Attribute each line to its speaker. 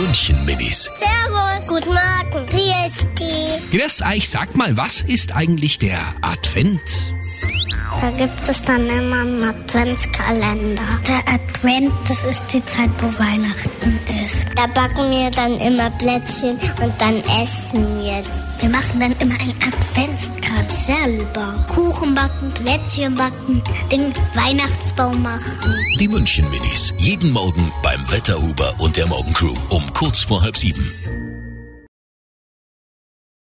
Speaker 1: München Minis.
Speaker 2: Servus. Guten Morgen. Wie ist die?
Speaker 1: Grüß euch, ah, sag mal, was ist eigentlich der Advent?
Speaker 2: Da gibt es dann immer einen Adventskalender. Der Advent, das ist die Zeit, wo Weihnachten ist. Da backen wir dann immer Plätzchen und dann essen wir. die. Wir machen dann immer ein Adventskranz selber. Kuchen backen, Plätzchen backen, den Weihnachtsbaum machen.
Speaker 1: Die München Minis. Jeden Morgen beim Wetterhuber und der Morgencrew um kurz vor halb sieben.